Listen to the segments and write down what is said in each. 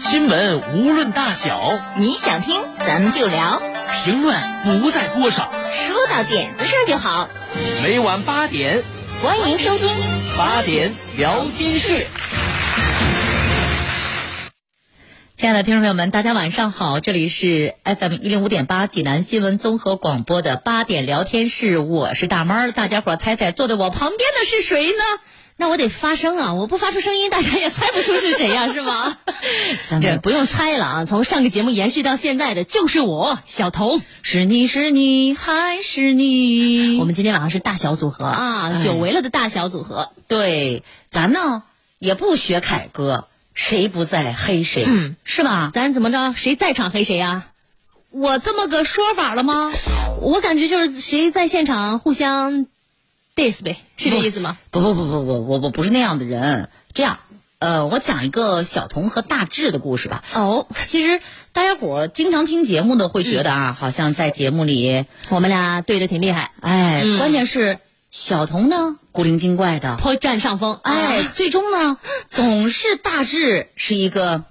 新闻无论大小，你想听咱们就聊，评论不在多少。说到点子上就好。每晚八点，欢迎收听八点聊天室。亲爱的听众朋友们，大家晚上好，这里是 FM 一零五点八济南新闻综合广播的八点聊天室，我是大猫儿。大家伙儿猜猜，坐在我旁边的是谁呢？那我得发声啊！我不发出声音，大家也猜不出是谁呀、是 吗？这不用猜了啊！从上个节目延续到现在的就是我，小童。是你是你还是你？我们今天晚上是大小组合啊，哎久违了的大小组合。对咱呢也不学凯哥，谁不在黑谁，是吧？咱怎么着？谁在场黑谁啊？我这么个说法了吗？我感觉就是谁在现场互相 diss 呗，是这不意思吗？不不不不不，我我不是那样的人。这样，呃，我讲一个小童和大志的故事吧。哦，其实大家伙儿经常听节目的会觉得啊，好像在节目里，我们俩对的挺厉害，哎，嗯关键是小童呢古灵精怪的，颇占上风。哦哎，啊，最终呢总是大志是一个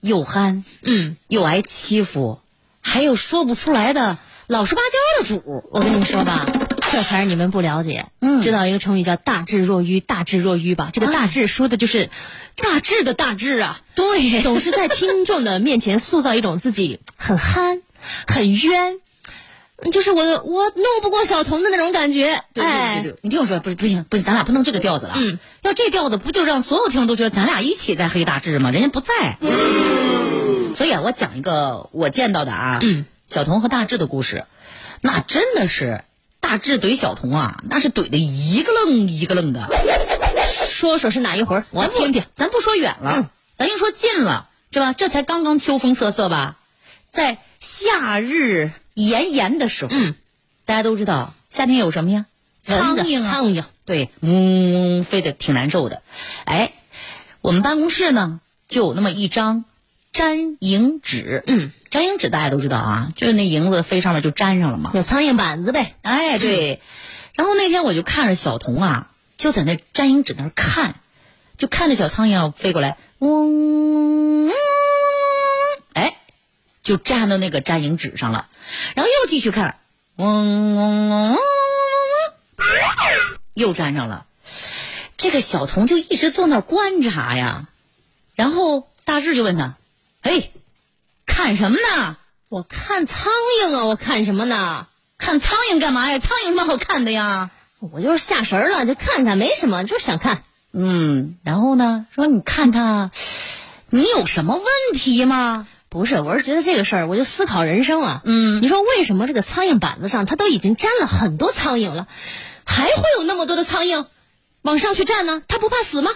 又憨嗯，又挨欺负，还有说不出来的老实巴交的主。我跟你们说吧，这词儿你们不了解。嗯，知道一个成语叫“大智若愚”，大智若愚吧？这啊个“大智”说的就是大智的大智 啊。对总是在听众的面前塑造一种自己很憨、很冤，就是我我弄不过小童的那种感觉。对对对对，你听我说，不是不行不行，咱俩不能这个调子了。嗯，要这调子，不就让所有听众都觉得咱俩一起在黑大志吗？人家不在。所以啊，我讲一个我见到的啊，嗯小童和大志的故事，那真的是大志怼小童啊，那是怼的一个愣一个愣的。哎，说说是哪一回儿？我嗯咱不听听。，咱不说远了，咱就说近了，是吧？这才刚刚秋风瑟瑟吧，在夏日炎炎的时候，嗯，大家都知道夏天有什么呀？蚊苍子蝇啊，苍蝇，对，嗡嗡嗡飞的挺难受的。哎，我们办公室呢就有那么一张粘蝇纸，嗯，粘蝇纸大家都知道啊，就是那蝇子飞上面就粘上了嘛。有苍蝇板子呗。哎，对。然后那天我就看着小童啊，就在那粘蝇纸那儿看，就看着小苍蝇飞过来，嗡、嗡哎，就粘到那个粘蝇纸上了。然后又继续看，嗡嗡嗡嗡嗡，又粘上了。这个小童就一直坐那儿观察呀，然后大志就问他：“哎，看什么呢？我看苍蝇啊，我看什么呢？看苍蝇干嘛呀？苍蝇有什么好看的呀？”我就是下神儿了，就看看，没什么，就是想看。嗯，然后呢，说你看他，你有什么问题吗？不是，我是觉得这个事儿，我就思考人生啊。嗯，你说为什么这个苍蝇板子上它都已经粘了很多苍蝇了，还会有那么多的苍蝇往上去站呢？它不怕死吗？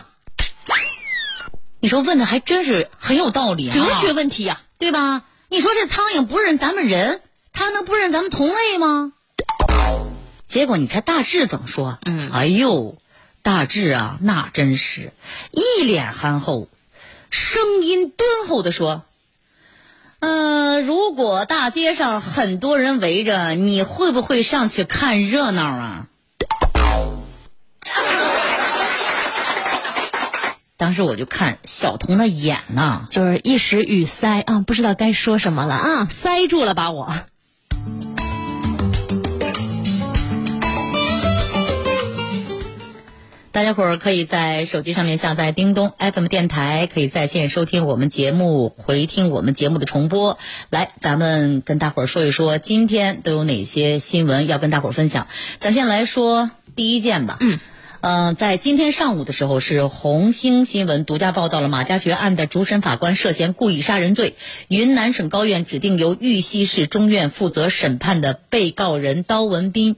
你说问的还真是很有道理、啊，哲学问题呀、对吧？你说这苍蝇不认咱们人，它能不认咱们同类吗？结果你猜大志怎么说？嗯，哎呦，大志啊，那真是一脸憨厚，声音敦厚的说：“嗯、如果大街上很多人围着，你会不会上去看热闹啊？” 当时我就看小童的眼呐、就是一时语塞啊，不知道该说什么了啊，塞住了把我。大家伙儿可以在手机上面下载叮咚 FM 电台，可以在线收听我们节目，回听我们节目的重播。来，咱们跟大伙儿说一说今天都有哪些新闻要跟大伙儿分享。咱先来说第一件吧。嗯，呃，在今天上午的时候，是红星新闻独家报道了马加爵案的主审法官涉嫌故意杀人罪，云南省高院指定由玉溪市中院负责审判的被告人刀文斌，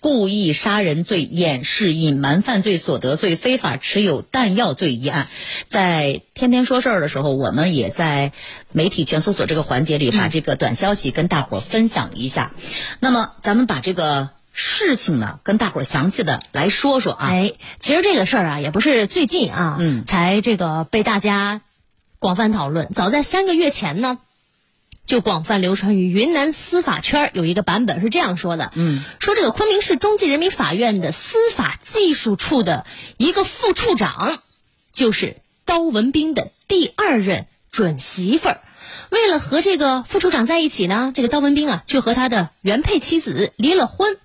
故意杀人罪、掩饰、隐瞒犯罪所得罪、非法持有弹药罪一案，在天天说事儿的时候，我们也在媒体全搜索这个环节里把这个短消息跟大伙儿分享一下。那么，咱们把这个。事情呢，跟大伙儿详细的来说说啊。哎，其实这个事儿啊，也不是最近啊，嗯才这个被大家广泛讨论。早在三个月前呢，就广泛流传于云南司法圈儿有一个版本是这样说的，嗯，说这个昆明市中级人民法院的司法技术处的一个副处长，就是刀文斌的第二任准媳妇儿。为了和这个副处长在一起呢，这个刀文斌啊，却和他的原配妻子离了婚，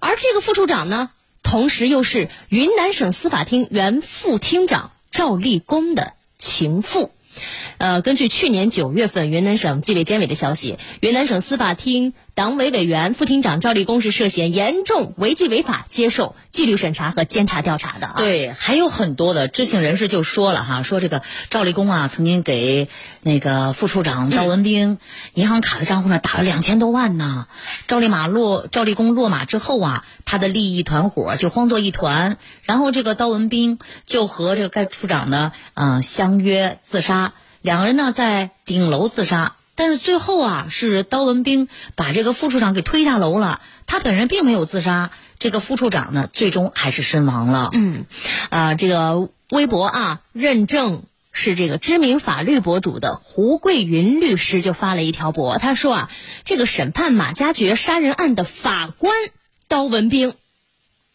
而这个副处长呢，同时又是云南省司法厅原副厅长赵立功的情妇。呃，根据去年九月份云南省纪委监委的消息，云南省司法厅党委委员、副厅长赵立功是涉嫌严重违纪违法，接受纪律审查和监察调查的啊。对，还有很多的知情人士就说了哈，说这个赵立功啊，曾经给那个副处长刀文兵银行卡的账户上打了两千多万呢。赵立马落赵立功落马之后啊，他的利益团伙就慌作一团，然后这个刀文兵就和这个该处长呢，嗯、相约自杀，两个人呢在顶楼自杀。但是最后啊，是刀文兵把这个副处长给推下楼了，他本人并没有自杀，这个副处长呢，最终还是身亡了。嗯，啊，这个微博啊认证是这个知名法律博主的胡桂云律师就发了一条博，他说啊，这个审判马加爵杀人案的法官刀文兵，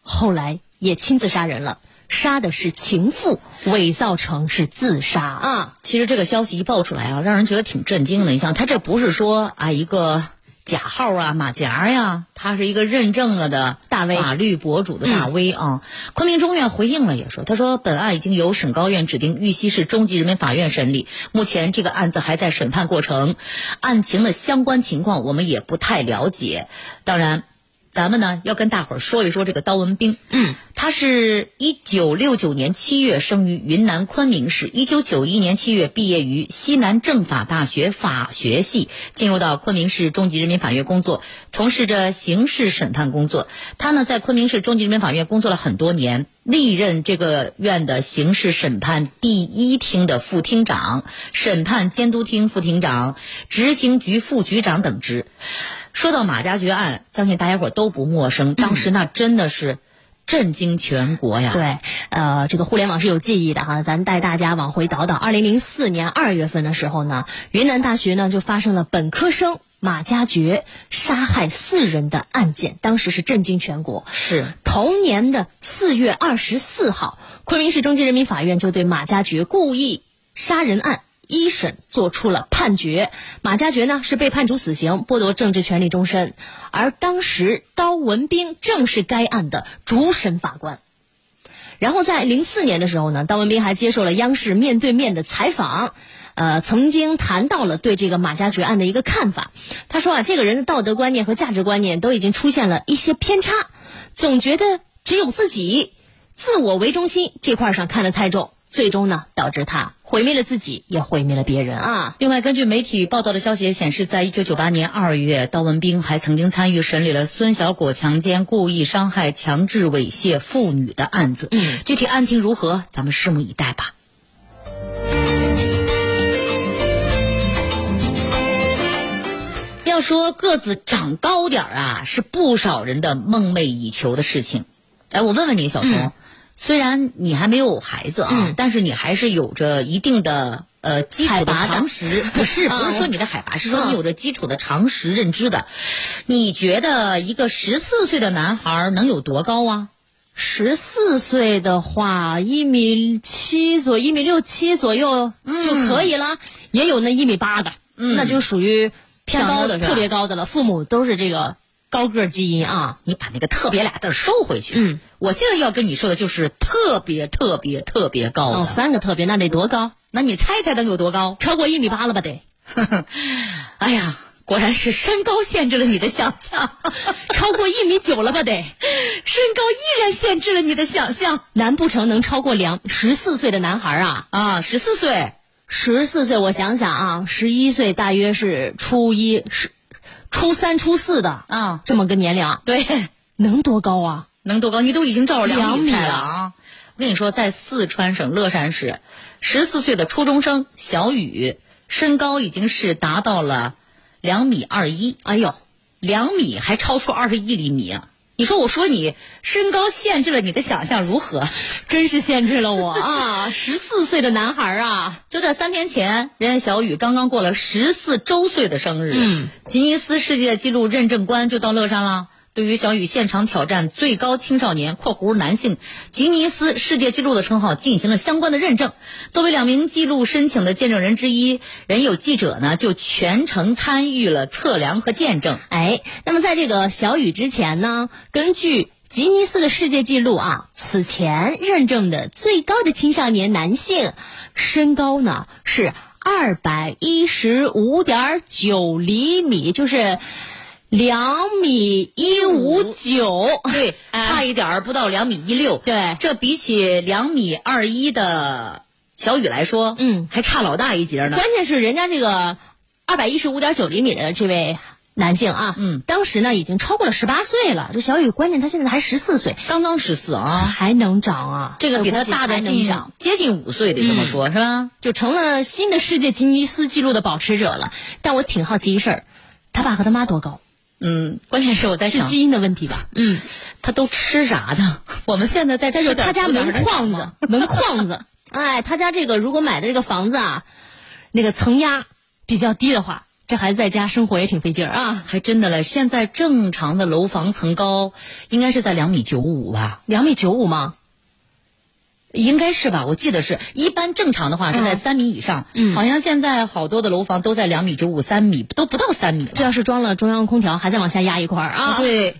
后来也亲自杀人了，杀的是情妇，伪造成是自杀啊。其实这个消息一爆出来啊，让人觉得挺震惊的。你像他这不是说啊一个假号啊马甲呀、他是一个认证了的大 V 嗯法律博主的大 V 啊。昆明中院回应了，也说，他说本案已经由省高院指定玉溪市中级人民法院审理，目前这个案子还在审判过程，案情的相关情况我们也不太了解。当然。咱们呢要跟大伙儿说一说这个刀文兵。嗯，他是一九六九年七月生于云南昆明市，一九九一年七月毕业于西南政法大学法学系，进入到昆明市中级人民法院工作，从事着刑事审判工作。他呢在昆明市中级人民法院工作了很多年。历任这个院的刑事审判第一厅的副厅长、审判监督厅副厅长、执行局副局长等职。说到马加爵案，相信大家伙都不陌生，当时那真的是震惊全国呀。对，呃，这个互联网是有记忆的哈，咱带大家往回倒倒。二零零四年二月份的时候呢，云南大学呢就发生了本科生马加爵杀害四人的案件，当时是震惊全国。是同年的四月二十四号，昆明市中级人民法院就对马加爵故意杀人案一审作出了判决。马加爵呢是被判处死刑，剥夺政治权利终身。而当时刀文兵正是该案的主审法官。然后在零四年的时候呢，刀文斌还接受了央视面对面的采访，呃，曾经谈到了对这个马加爵案的一个看法。他说啊，这个人的道德观念和价值观念都已经出现了一些偏差，总觉得只有自己、自我为中心这块儿上看得太重，最终呢导致他毁灭了自己，也毁灭了别人啊。另外，根据媒体报道的消息也显示，在一九九八年二月，刀文兵还曾经参与审理了孙小果强奸、故意伤害、强制猥亵妇女的案子。嗯，具体案情如何，咱们拭目以待吧。要说个子长高点儿啊，是不少人的梦寐以求的事情。哎，我问问你，小彤，嗯虽然你还没有孩子啊，但是你还是有着一定的呃基础海的拔的常识， 不是不是嗯说你的海拔，是说你有着基础的常识认知的。你觉得一个十四岁的男孩能有多高啊？十四岁的话，一米七左一米六七左右就可以嗯了，也有那一米八的，那就属于偏高的是长得吧特别高的了。父母都是这个高个儿基因啊。你把那个“特别”俩字儿收回去。嗯，我现在要跟你说的就是特别特别特别高的。哦，三个特别，那得多高？那你猜猜能有多高？超过一米八了吧？得。哎呀，果然是身高限制了你的想象， 超过一米九了吧得？身高依然限制了你的想象难不成能超过两十四岁的男孩啊？啊！十四岁，十四岁，我想想啊，十一岁大约是初一、是初三、初四的啊这么个年龄，对，能多高啊？能多高？你都已经照着两米两米菜了啊！我跟你说，在四川省乐山市，十四岁的初中生小雨，身高已经是达到了两米二一，哎呦，两米还超出二十一厘米啊！你说，我说你身高限制了你的想象，如何？真是限制了我 啊！十四岁的男孩啊，就在三天前，人家小雨刚刚过了十四周岁的生日，嗯，吉尼斯世界纪录认证官就到乐山了。对于小雨现场挑战最高青少年（括弧男性）吉尼斯世界纪录的称号进行了相关的认证。作为两名纪录申请的见证人之一，人有记者呢就全程参与了测量和见证。哎，那么在这个小雨之前呢，根据吉尼斯的世界纪录啊，此前认证的最高的青少年男性身高呢是二百一十五点九厘米，就是两米一五九。对，哎差一点儿不到两米一六。对这比起两米二一的小雨来说，嗯还差老大一截呢关。键是人家这个二百一十五点九厘米的这位。男性啊，嗯，当时呢已经超过了十八岁了。这小雨，关键他现在还十四岁，刚刚十四啊，还能长啊！这个比我他估计大的还能近长。接近五岁，得这么说、是吧？就成了新的世界吉尼斯纪录的保持者了。但我挺好奇一事儿，他爸和他妈多高？嗯，关键是我在是想，基因的问题吧？嗯，他都吃啥呢？ 我们现在在再吃说点他家葡萄门干框吗子，门框 子，哎，他家这个如果买的这个房子啊，那个层压比较低的话，这孩子在家生活也挺费劲儿啊。还真的嘞。现在正常的楼房层高应该是在两米九五吧？两米九五吗？应该是吧？我记得是一般正常的话是在三米以上，嗯好像现在好多的楼房都在两米九五、三米，都不到三米这了。要是装了中央空调，还再往下压一块儿啊。对，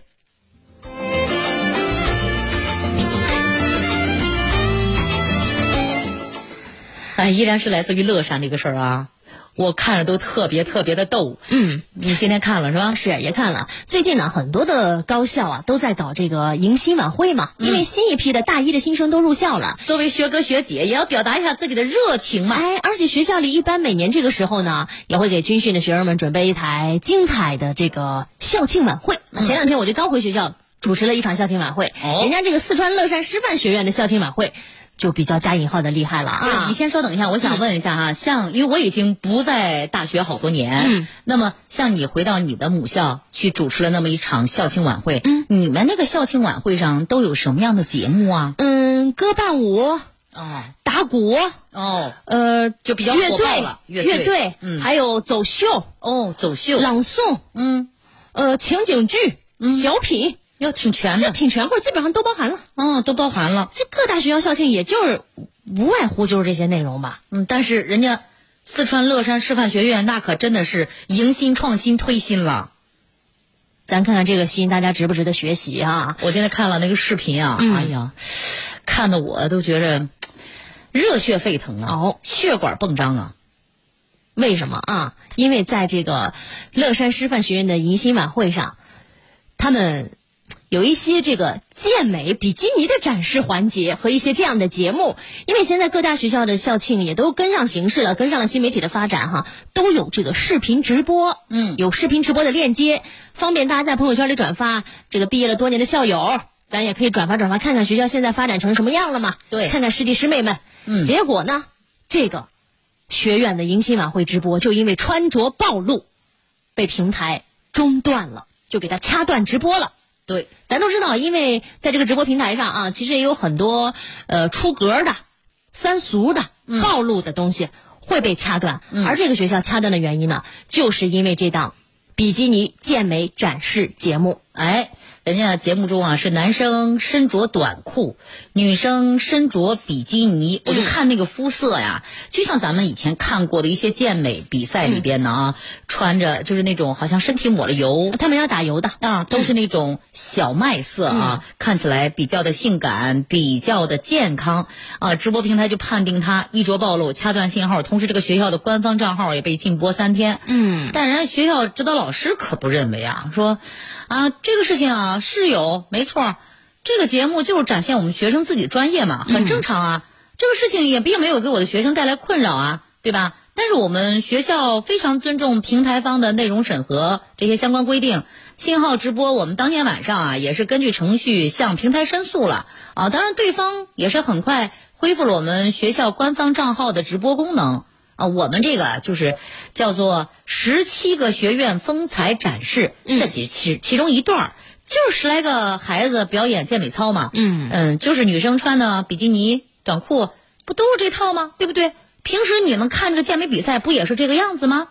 哎，依然是来自于乐山的一个事儿啊，我看着都特别特别的逗。嗯，你今天看了是吧？是也看了，最近呢，很多的高校啊都在搞这个迎新晚会嘛，嗯因为新一批的大一的新生都入校了，作为学哥学姐，也要表达一下自己的热情嘛。哎，而且学校里一般每年这个时候呢，也会给军训的学生们准备一台精彩的这个校庆晚会。那前两天我就刚回学校主持了一场校庆晚会，嗯哦人家这个四川乐山师范学院的校庆晚会就比较加引号的厉害了不是啊你。先稍等一下，我想问一下哈、像因为我已经不在大学好多年，嗯，那么像你回到你的母校去主持了那么一场校庆晚会，嗯，你们那个校庆晚会上都有什么样的节目啊？嗯，歌伴舞、哦打鼓，哦呃，就比较乐火爆队了乐乐队嗯嗯，还有走秀、哦，走秀，朗诵，嗯，呃，情景剧、小品，要挺全这的，挺全乎，基本上都包含了。嗯、都包含了，这各大学校校庆也就是无外乎就是这些内容吧。嗯，但是人家四川乐山师范学院那可真的是迎新创新推新了。咱看看这个吸引大家值不值得学习啊？我今天看了那个视频啊，嗯哎呀，看的我都觉着热血沸腾啊，哦，血管蹦张啊，为什么啊？因为在这个乐山师范学院的迎新晚会上，他们有一些这个健美比基尼的展示环节和一些这样的节目。因为现在各大学校的校庆也都跟上形势了，跟上了新媒体的发展哈，都有这个视频直播，嗯有视频直播的链接，方便大家在朋友圈里转发。这个毕业了多年的校友。咱也可以转发转发，看看学校现在发展成什么样了嘛？对看看师弟师妹们。嗯，结果呢，这个学院的迎新晚会直播就因为穿着暴露，被平台中断了，就给他掐断直播了。对，咱都知道，因为在这个直播平台上啊，其实也有很多呃出格的、三俗的、嗯暴露的东西会被掐断。而这个学校掐断的原因呢，就是因为这档比基尼健美展示节目。哎，人家节目中啊是男生身着短裤，女生身着比基尼，我就嗯看那个肤色呀，就像咱们以前看过的一些健美比赛嗯里边呢啊，穿着就是那种好像身体抹了油，他们要打油的，啊，都是那种小麦色啊，看起来比较的性感，比较的健康啊。直播平台就判定他衣着暴露、掐断信号，同时这个学校的官方账号也被禁播三天。嗯，但人家学校指导老师可不认为啊，说啊这个事情啊是有没错儿，这个节目就是展现我们学生自己的专业嘛，很正常啊。这个事情也并没有给我的学生带来困扰啊，对吧？但是我们学校非常尊重平台方的内容审核这些相关规定。信号直播，我们当天晚上啊也是根据程序向平台申诉了啊，当然对方也是很快恢复了我们学校官方账号的直播功能啊。我们这个就是叫做十七个学院风采展示，嗯这其其其中一段儿就是十来个孩子表演健美操嘛，嗯嗯，就是女生穿的比基尼、短裤，不都是这套吗？对不对？平时你们看这个健美比赛，不也是这个样子吗？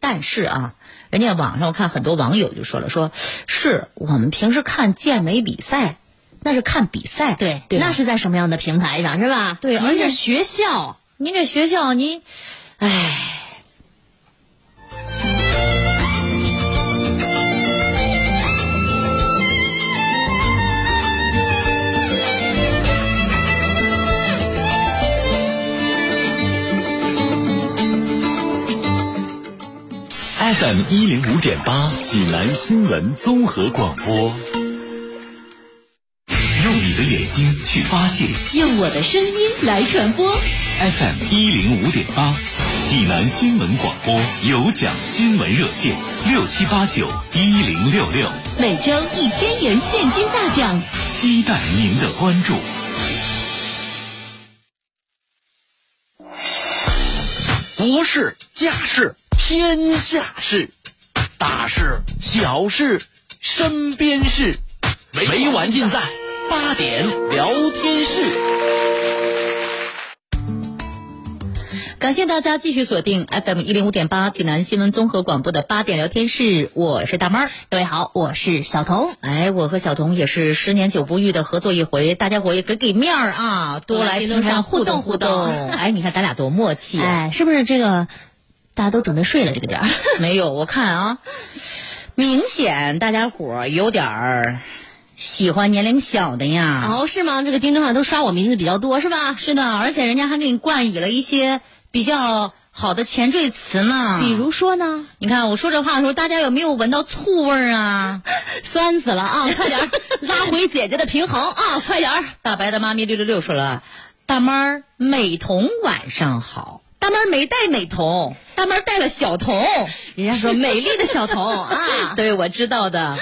但是啊，人家网上我看很多网友就说了，说是我们平时看健美比赛，那是看比赛，对，对吧，那是在什么样的平台上是吧？对而而且且学校您这学校您，唉。 FM 一零五点八，济南新闻综合广播。用你的眼睛去发现用我的声音来传播。 FM 一零五点八，济南新闻广播有奖新闻热线六七八九一零六六，每周一千元现金大奖。期待您的关注。国事、家事、天下事，大事、小事、身边事，每晚尽在八点聊天室。感谢大家继续锁定 FM 一零五点八济南新闻综合广播的八点聊天室，我是大妹儿。各位好，我是小彤。哎，我和小童也是十年久不遇的合作一回，大家伙也给给面儿啊，多来平常互动互多来动平常互。哎，你看咱俩多默契、啊。哎，是不是这个大家都准备睡了这个点儿？没有，我看啊，明显大家伙儿有点儿喜欢年龄小的呀。 哦，是吗？这个钉钉上都刷我名字比较多是吧？是的，而且人家还给你冠以了一些比较好的前缀词呢，比如说呢，你看我说这话的时候，大家有没有闻到醋味儿啊？ 酸死了啊！快点儿拉回姐姐的平衡啊！快点儿，大白的妈咪六六六说了，大妹儿美瞳晚上好，大妹儿没戴美瞳，大妹儿戴了小瞳。人家说美丽的小 彤啊，对，我知道的。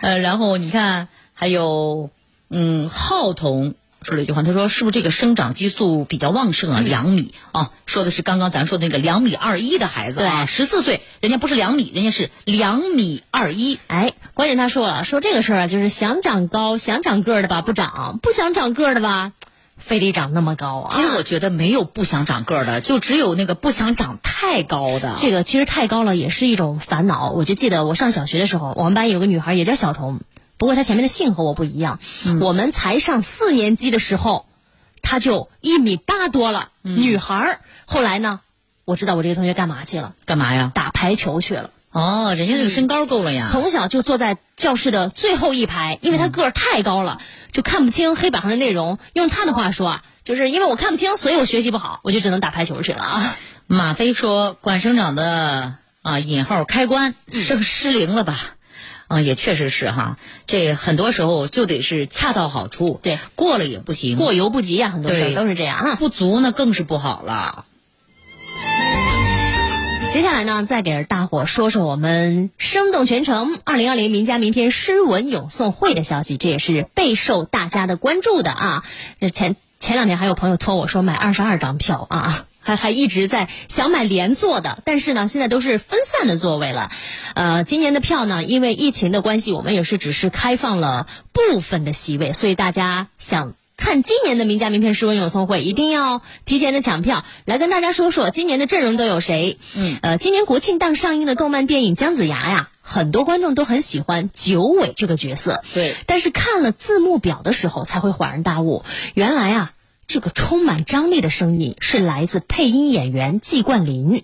呃，然后你看，还有，嗯，浩彤说了一句话，他说：“是不是这个生长激素比较旺盛嗯啊？两米啊，说的是刚刚咱说的那个两米二一的孩子啊，对十四岁，人家不是两米，人家是两米二一。哎，关键他说了，说这个事儿啊，就是想长高、想长个儿的吧不长，不想长个儿的吧，非得长那么高啊。其实我觉得没有不想长个儿的，就只有那个不想长太高的。这个其实太高了也是一种烦恼。我就记得我上小学的时候，我们班有个女孩也叫小彤，不过她前面的姓和我不一样。我们才上四年级的时候，她就一米八多了，女孩儿。后来呢，我知道我这个同学干嘛去了，干嘛呀？打排球去了。哦，人家嗯这个身高够了呀。从小就坐在教室的最后一排，因为他个儿太高了，就看不清黑板上的内容。用他的话说啊，就是因为我看不清，所以我学习不好，我就只能打排球去了啊。马飞说，管生长的啊引号开关生失灵了吧？啊，也确实是哈，这很多时候就得是恰到好处，对，过了也不行，过犹不及呀、很多事对儿都是这样啊。不足那更是不好了。接下来呢，再给大伙说说我们生动全城二零二零名家名篇诗文咏诵会的消息，这也是备受大家的关注的啊。这前前两天还有朋友托我说买二十二张票啊。还还一直在想买连座的，但是呢，现在都是分散的座位了。呃，今年的票呢，因为疫情的关系，我们也是只是开放了部分的席位，所以大家想看今年的名家名片诗文咏诵会，一定要提前的抢票。来跟大家说说今年的阵容都有谁？嗯，呃，今年国庆档上映的动漫电影《姜子牙》呀，很多观众都很喜欢九尾这个角色。对但是看了字幕表的时候才会恍然大悟，原来啊，这个充满张力的声音是来自配音演员季冠霖。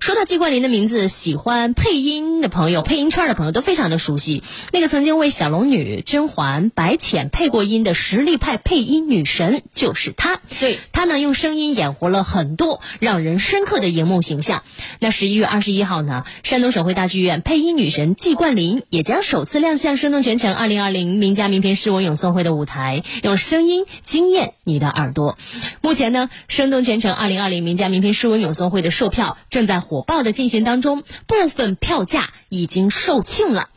说到季冠霖的名字，喜欢配音的朋友、配音圈的朋友都非常的熟悉。那个曾经为小龙女、甄嬛、白浅配过音的实力派配音女神就是她。对她呢用声音演活了很多让人深刻的荧幕形象。那十一月二十一号呢，山东省会大剧院配音女神季冠霖也将首次亮相山东全城二零二零名家名篇诗文咏诵会的舞台，用声音惊艳你的耳朵。目前呢，山东全城二零二零名家名篇诗文咏诵会的售票正在火爆的进行当中，部分票价已经售罄了。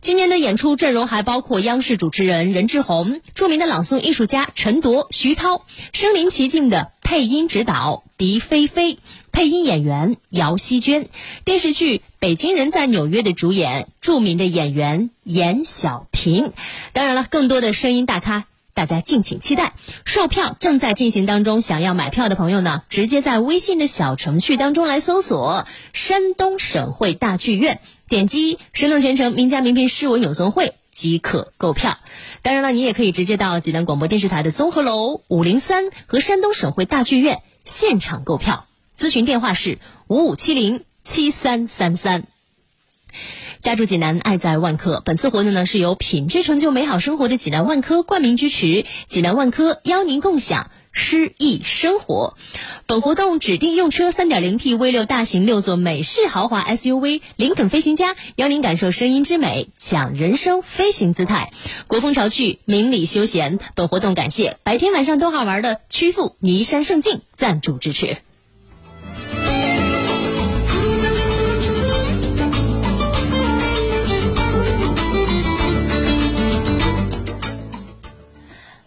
今年的演出阵容还包括央视主持人任志宏、著名的朗诵艺术家陈铎、徐涛，身临其境的配音指导狄菲菲，配音演员姚希娟，电视剧《北京人在纽约》的主演著名的演员严小平。当然了，更多的声音大咖。大家敬请期待，售票正在进行当中。想要买票的朋友呢，直接在微信的小程序当中来搜索“山东省会大剧院”，点击“神龙全城名家名篇诗文咏诵会”即可购票。当然了，你也可以直接到济南广播电视台的综合楼五零三和山东省会大剧院现场购票。咨询电话是五五七零七三三三。家住济南，爱在万科。本次活动呢是由品质成就美好生活的济南万科冠名支持，济南万科邀您共享。诗意生活，本活动指定用车 3.0T V6 大型六座美式豪华 SUV 林肯飞行家，邀您感受声音之美，享人生飞行姿态，国风潮趣，明理休闲。本活动感谢白天晚上都好玩的曲阜尼山胜境赞助支持。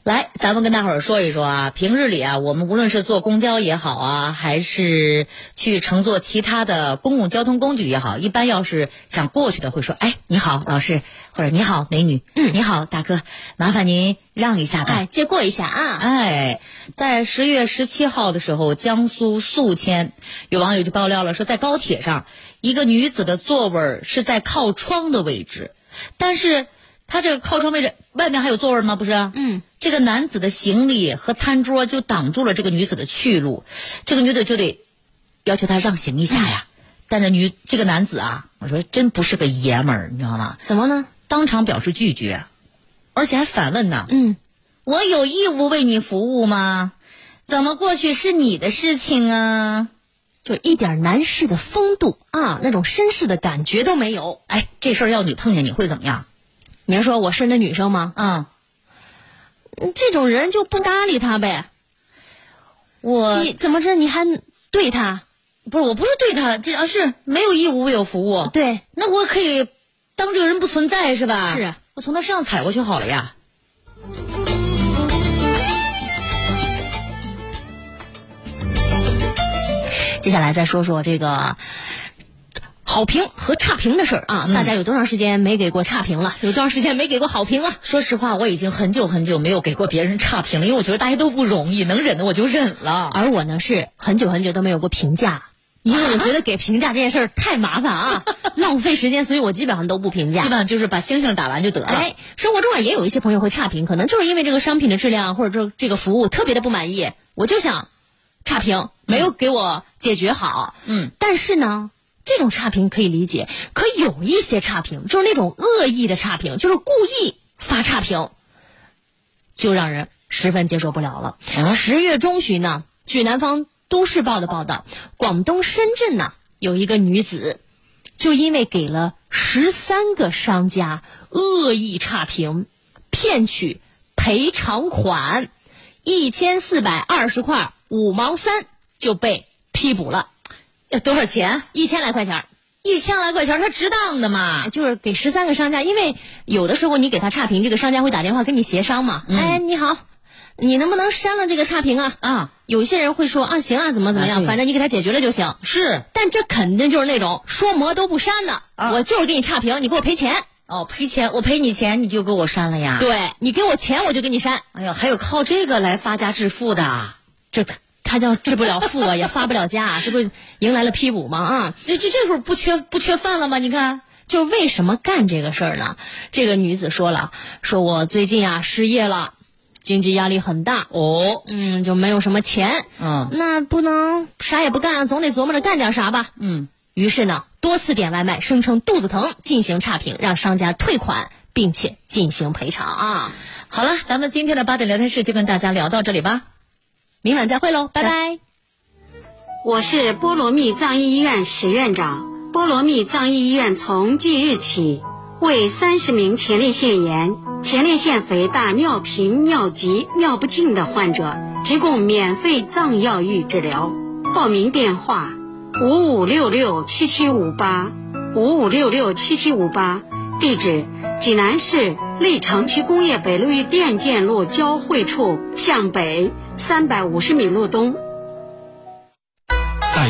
来，咱们跟大伙儿说一说啊，平日里啊，我们无论是坐公交也好啊，还是去乘坐其他的公共交通工具也好，一般要是想过去的，会说：“哎，你好，老师，或者你好，美女，嗯，你好，大哥，麻烦您让一下吧。”哎，借过一下啊。哎，在十月十七号的时候，江苏宿迁有网友就爆料了，说在高铁上，一个女子的座位儿是在靠窗的位置，但是她这个靠窗位置外面还有座位吗？不是？嗯，这个男子的行李和餐桌就挡住了这个女子的去路，这个女子就得要求他让行一下呀。但这女这个男子啊，我说真不是个爷们儿，你知道吗？怎么呢？当场表示拒绝，而且还反问呢。嗯，我有义务为你服务吗？怎么过去是你的事情啊？就一点男士的风度啊，那种绅士的感觉都没有。哎，这事儿要你碰见你会怎么样？你是说我是那女生吗？嗯，嗯这种人就不搭理他呗。我你怎么着？你还对他？不是我不是对他这啊是没有义务为我服务，啊对，那我可以当这个人不存在是吧？是啊我从他身上踩过去好了呀。接下来再说说这个好评和差评的事儿啊。大家有多长时间没给过差评了？有多长时间没给过好评了？说实话，我已经很久很久没有给过别人差评了，因为我觉得大家都不容易，能忍的我就忍了。而我呢，是很久很久都没有过评价。因为我觉得给评价这件事儿太麻烦啊， 浪费时间，所以我基本上都不评价。基本上就是把星星打完就得了。哎，生活中啊也有一些朋友会差评，可能就是因为这个商品的质量或者这这个服务特别的不满意，我就想差评，没有给我解决好。嗯，但是呢，这种差评可以理解，可有一些差评就是那种恶意的差评，就是故意发差评，就让人十分接受不了了。嗯十月中旬呢，据南方都市报的报道，广东深圳呢有一个女子，就因为给了十三个商家恶意差评，骗取赔偿款一千四百二十块五毛三，就被批捕了要哎多少钱？一千来块钱儿。一千来块钱，他值当的嘛？就是给十三个商家，因为有的时候你给他差评，这个商家会打电话跟你协商嘛。嗯哎，你好，你能不能删了这个差评啊？啊，有一些人会说啊，行啊，怎么怎么啊样，对反正你给他解决了就行。是但这肯定就是那种说磨都不删的，啊我就是给你差评，你给我赔钱，哦，赔钱，我赔你钱，你就给我删了呀？，对你给我钱我就给你删，哎呦，还有靠这个来发家致富的，这可他叫致不了富啊，也发不了家啊，这不迎来了批捕吗？啊，这这这会儿不缺不缺饭了吗？你看，就是为什么干这个事儿呢？这个女子说了，说我最近啊失业了，经济压力很大，哦，嗯，就没有什么钱，嗯那不能啥也不干，总得琢磨着干点啥吧。嗯，于是呢，多次点外卖，声称肚子疼，进行差评，让商家退款，并且进行赔偿啊。好了，咱们今天的八点聊天室就跟大家聊到这里吧。明晚再会喽，拜拜。我是波罗蜜藏医医院史院长。波罗蜜藏医医院从即日起，为三十名前列腺炎、前列腺肥大、尿频、尿急、尿不尽的患者提供免费藏药浴治疗。报名电话：五五六六七七五八，五五六六七七五八。地址：济南市历城区工业北路与电建路交汇处向北三百五十米路东。大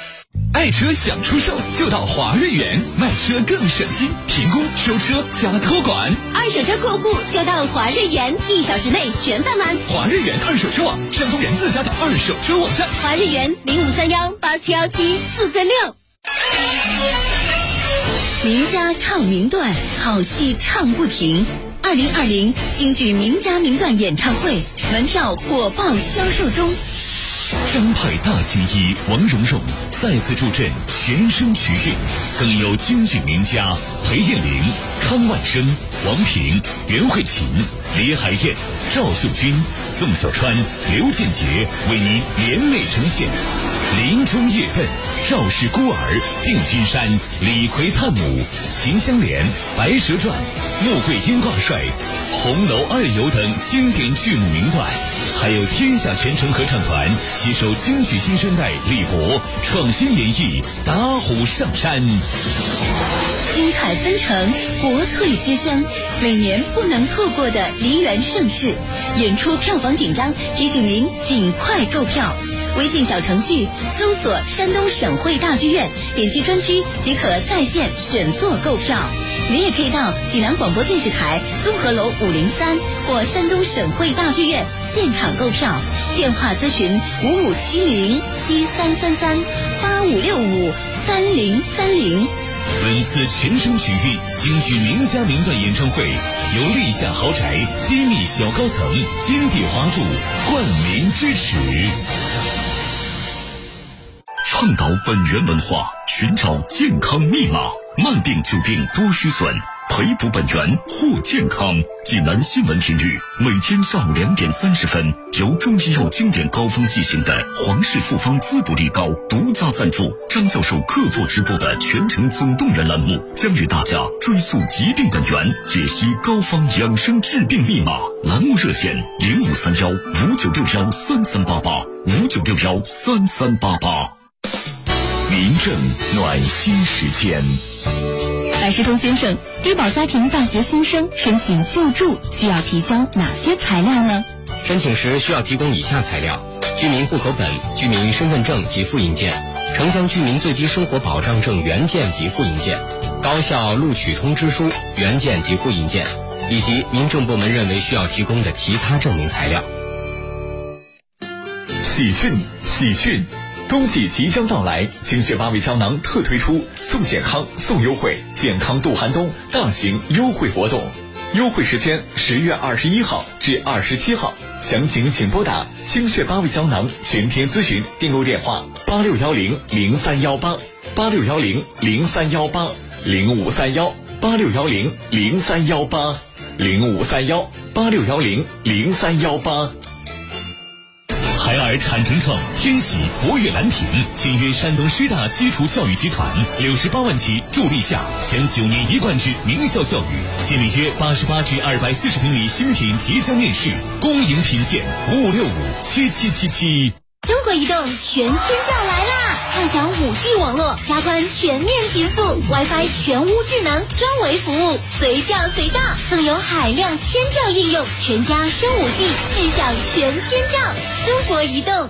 爱车想出售就到华瑞源，卖车更省心，评估、收车加托管。二手车过户就到华瑞源，一小时内全办完。华瑞源二手车网，山东人自家的二手车网站。华瑞源零五三幺八七幺七四个六。名家唱名段，好戏唱不停。二零二零京剧名家名段演唱会门票火爆销售中。张派大青衣王蓉蓉再次助阵全身曲韵，更有京剧名家裴艳玲、康万生、王平、袁慧琴、李海燕、赵秀君、宋小川、刘建杰为您联袂呈现《林中夜奔》《赵氏孤儿》《定军山》《李逵探母》《秦香莲》《白蛇传》《穆桂英挂帅》《红楼二游》等经典剧目名段。还有天下全城合唱团携手京剧新生代李博创新演绎《打虎上山》。精彩纷呈，国粹之声，每年不能错过的梨园盛世。演出票房紧张，提醒您尽快购票。微信小程序搜索“山东省会大剧院”，点击专区即可在线选座购票。您也可以到济南广播电视台综合楼五零三或山东省会大剧院现场购票，电话咨询五五七零七三三三八五六五三零三零。本次全声曲韵京剧名家名段演唱会由立夏豪宅低密小高层金地花筑冠名支持，倡导本源文化，寻找健康密码，慢病久病多虚损。培补本源护健康，济南新闻频率每天下午两点三十分，由中医药经典高方进行的皇氏复方滋补力高独家赞助，张教授客座直播的全程总动员栏目，将与大家追溯疾病本源，解析高方养生治病密码。栏目热线零五三幺五九六幺三三八八五九六幺三三八八。民政暖心时间。百事通先生，低保家庭大学新生申请救助需要提交哪些材料呢？申请时需要提供以下材料：居民户口本、居民身份证及复印件、城乡居民最低生活保障证原件及复印件、高校录取通知书原件及复印件，以及民政部门认为需要提供的其他证明材料。喜讯，喜讯！冬季即将到来，精选八味胶囊特推出送健康、送优惠、健康度寒冬大型优惠活动，优惠时间十月二十一号至二十七号，详情请拨打精选八味胶囊全天咨询订购电话八六幺零零三幺八八六幺零零三幺八零五三幺八六幺零零三幺八零五三幺八六幺零零三幺八。海尔产城创、天喜、博越蓝屏签约山东师大基础教育集团，六十八万起助力下，前九年一贯制名校教育，建立约八十八至二百四十平米新品即将面世，恭迎品鉴五五六五七七七七。中国移动全千兆来啦！畅享五 G 网络，加宽全面提速，WiFi 全屋智能专为服务，随叫随到，更有海量千兆应用，全家升五 G，智享全千兆。中国移动。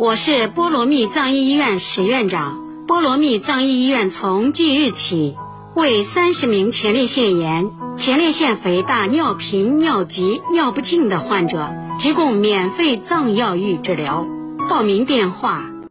我是波罗蜜藏医医院史院长。波罗蜜藏医医院从即日起，为三十名前列腺炎、前列腺肥大、尿频、尿急、尿不尽的患者提供免费藏药浴治疗。报名电话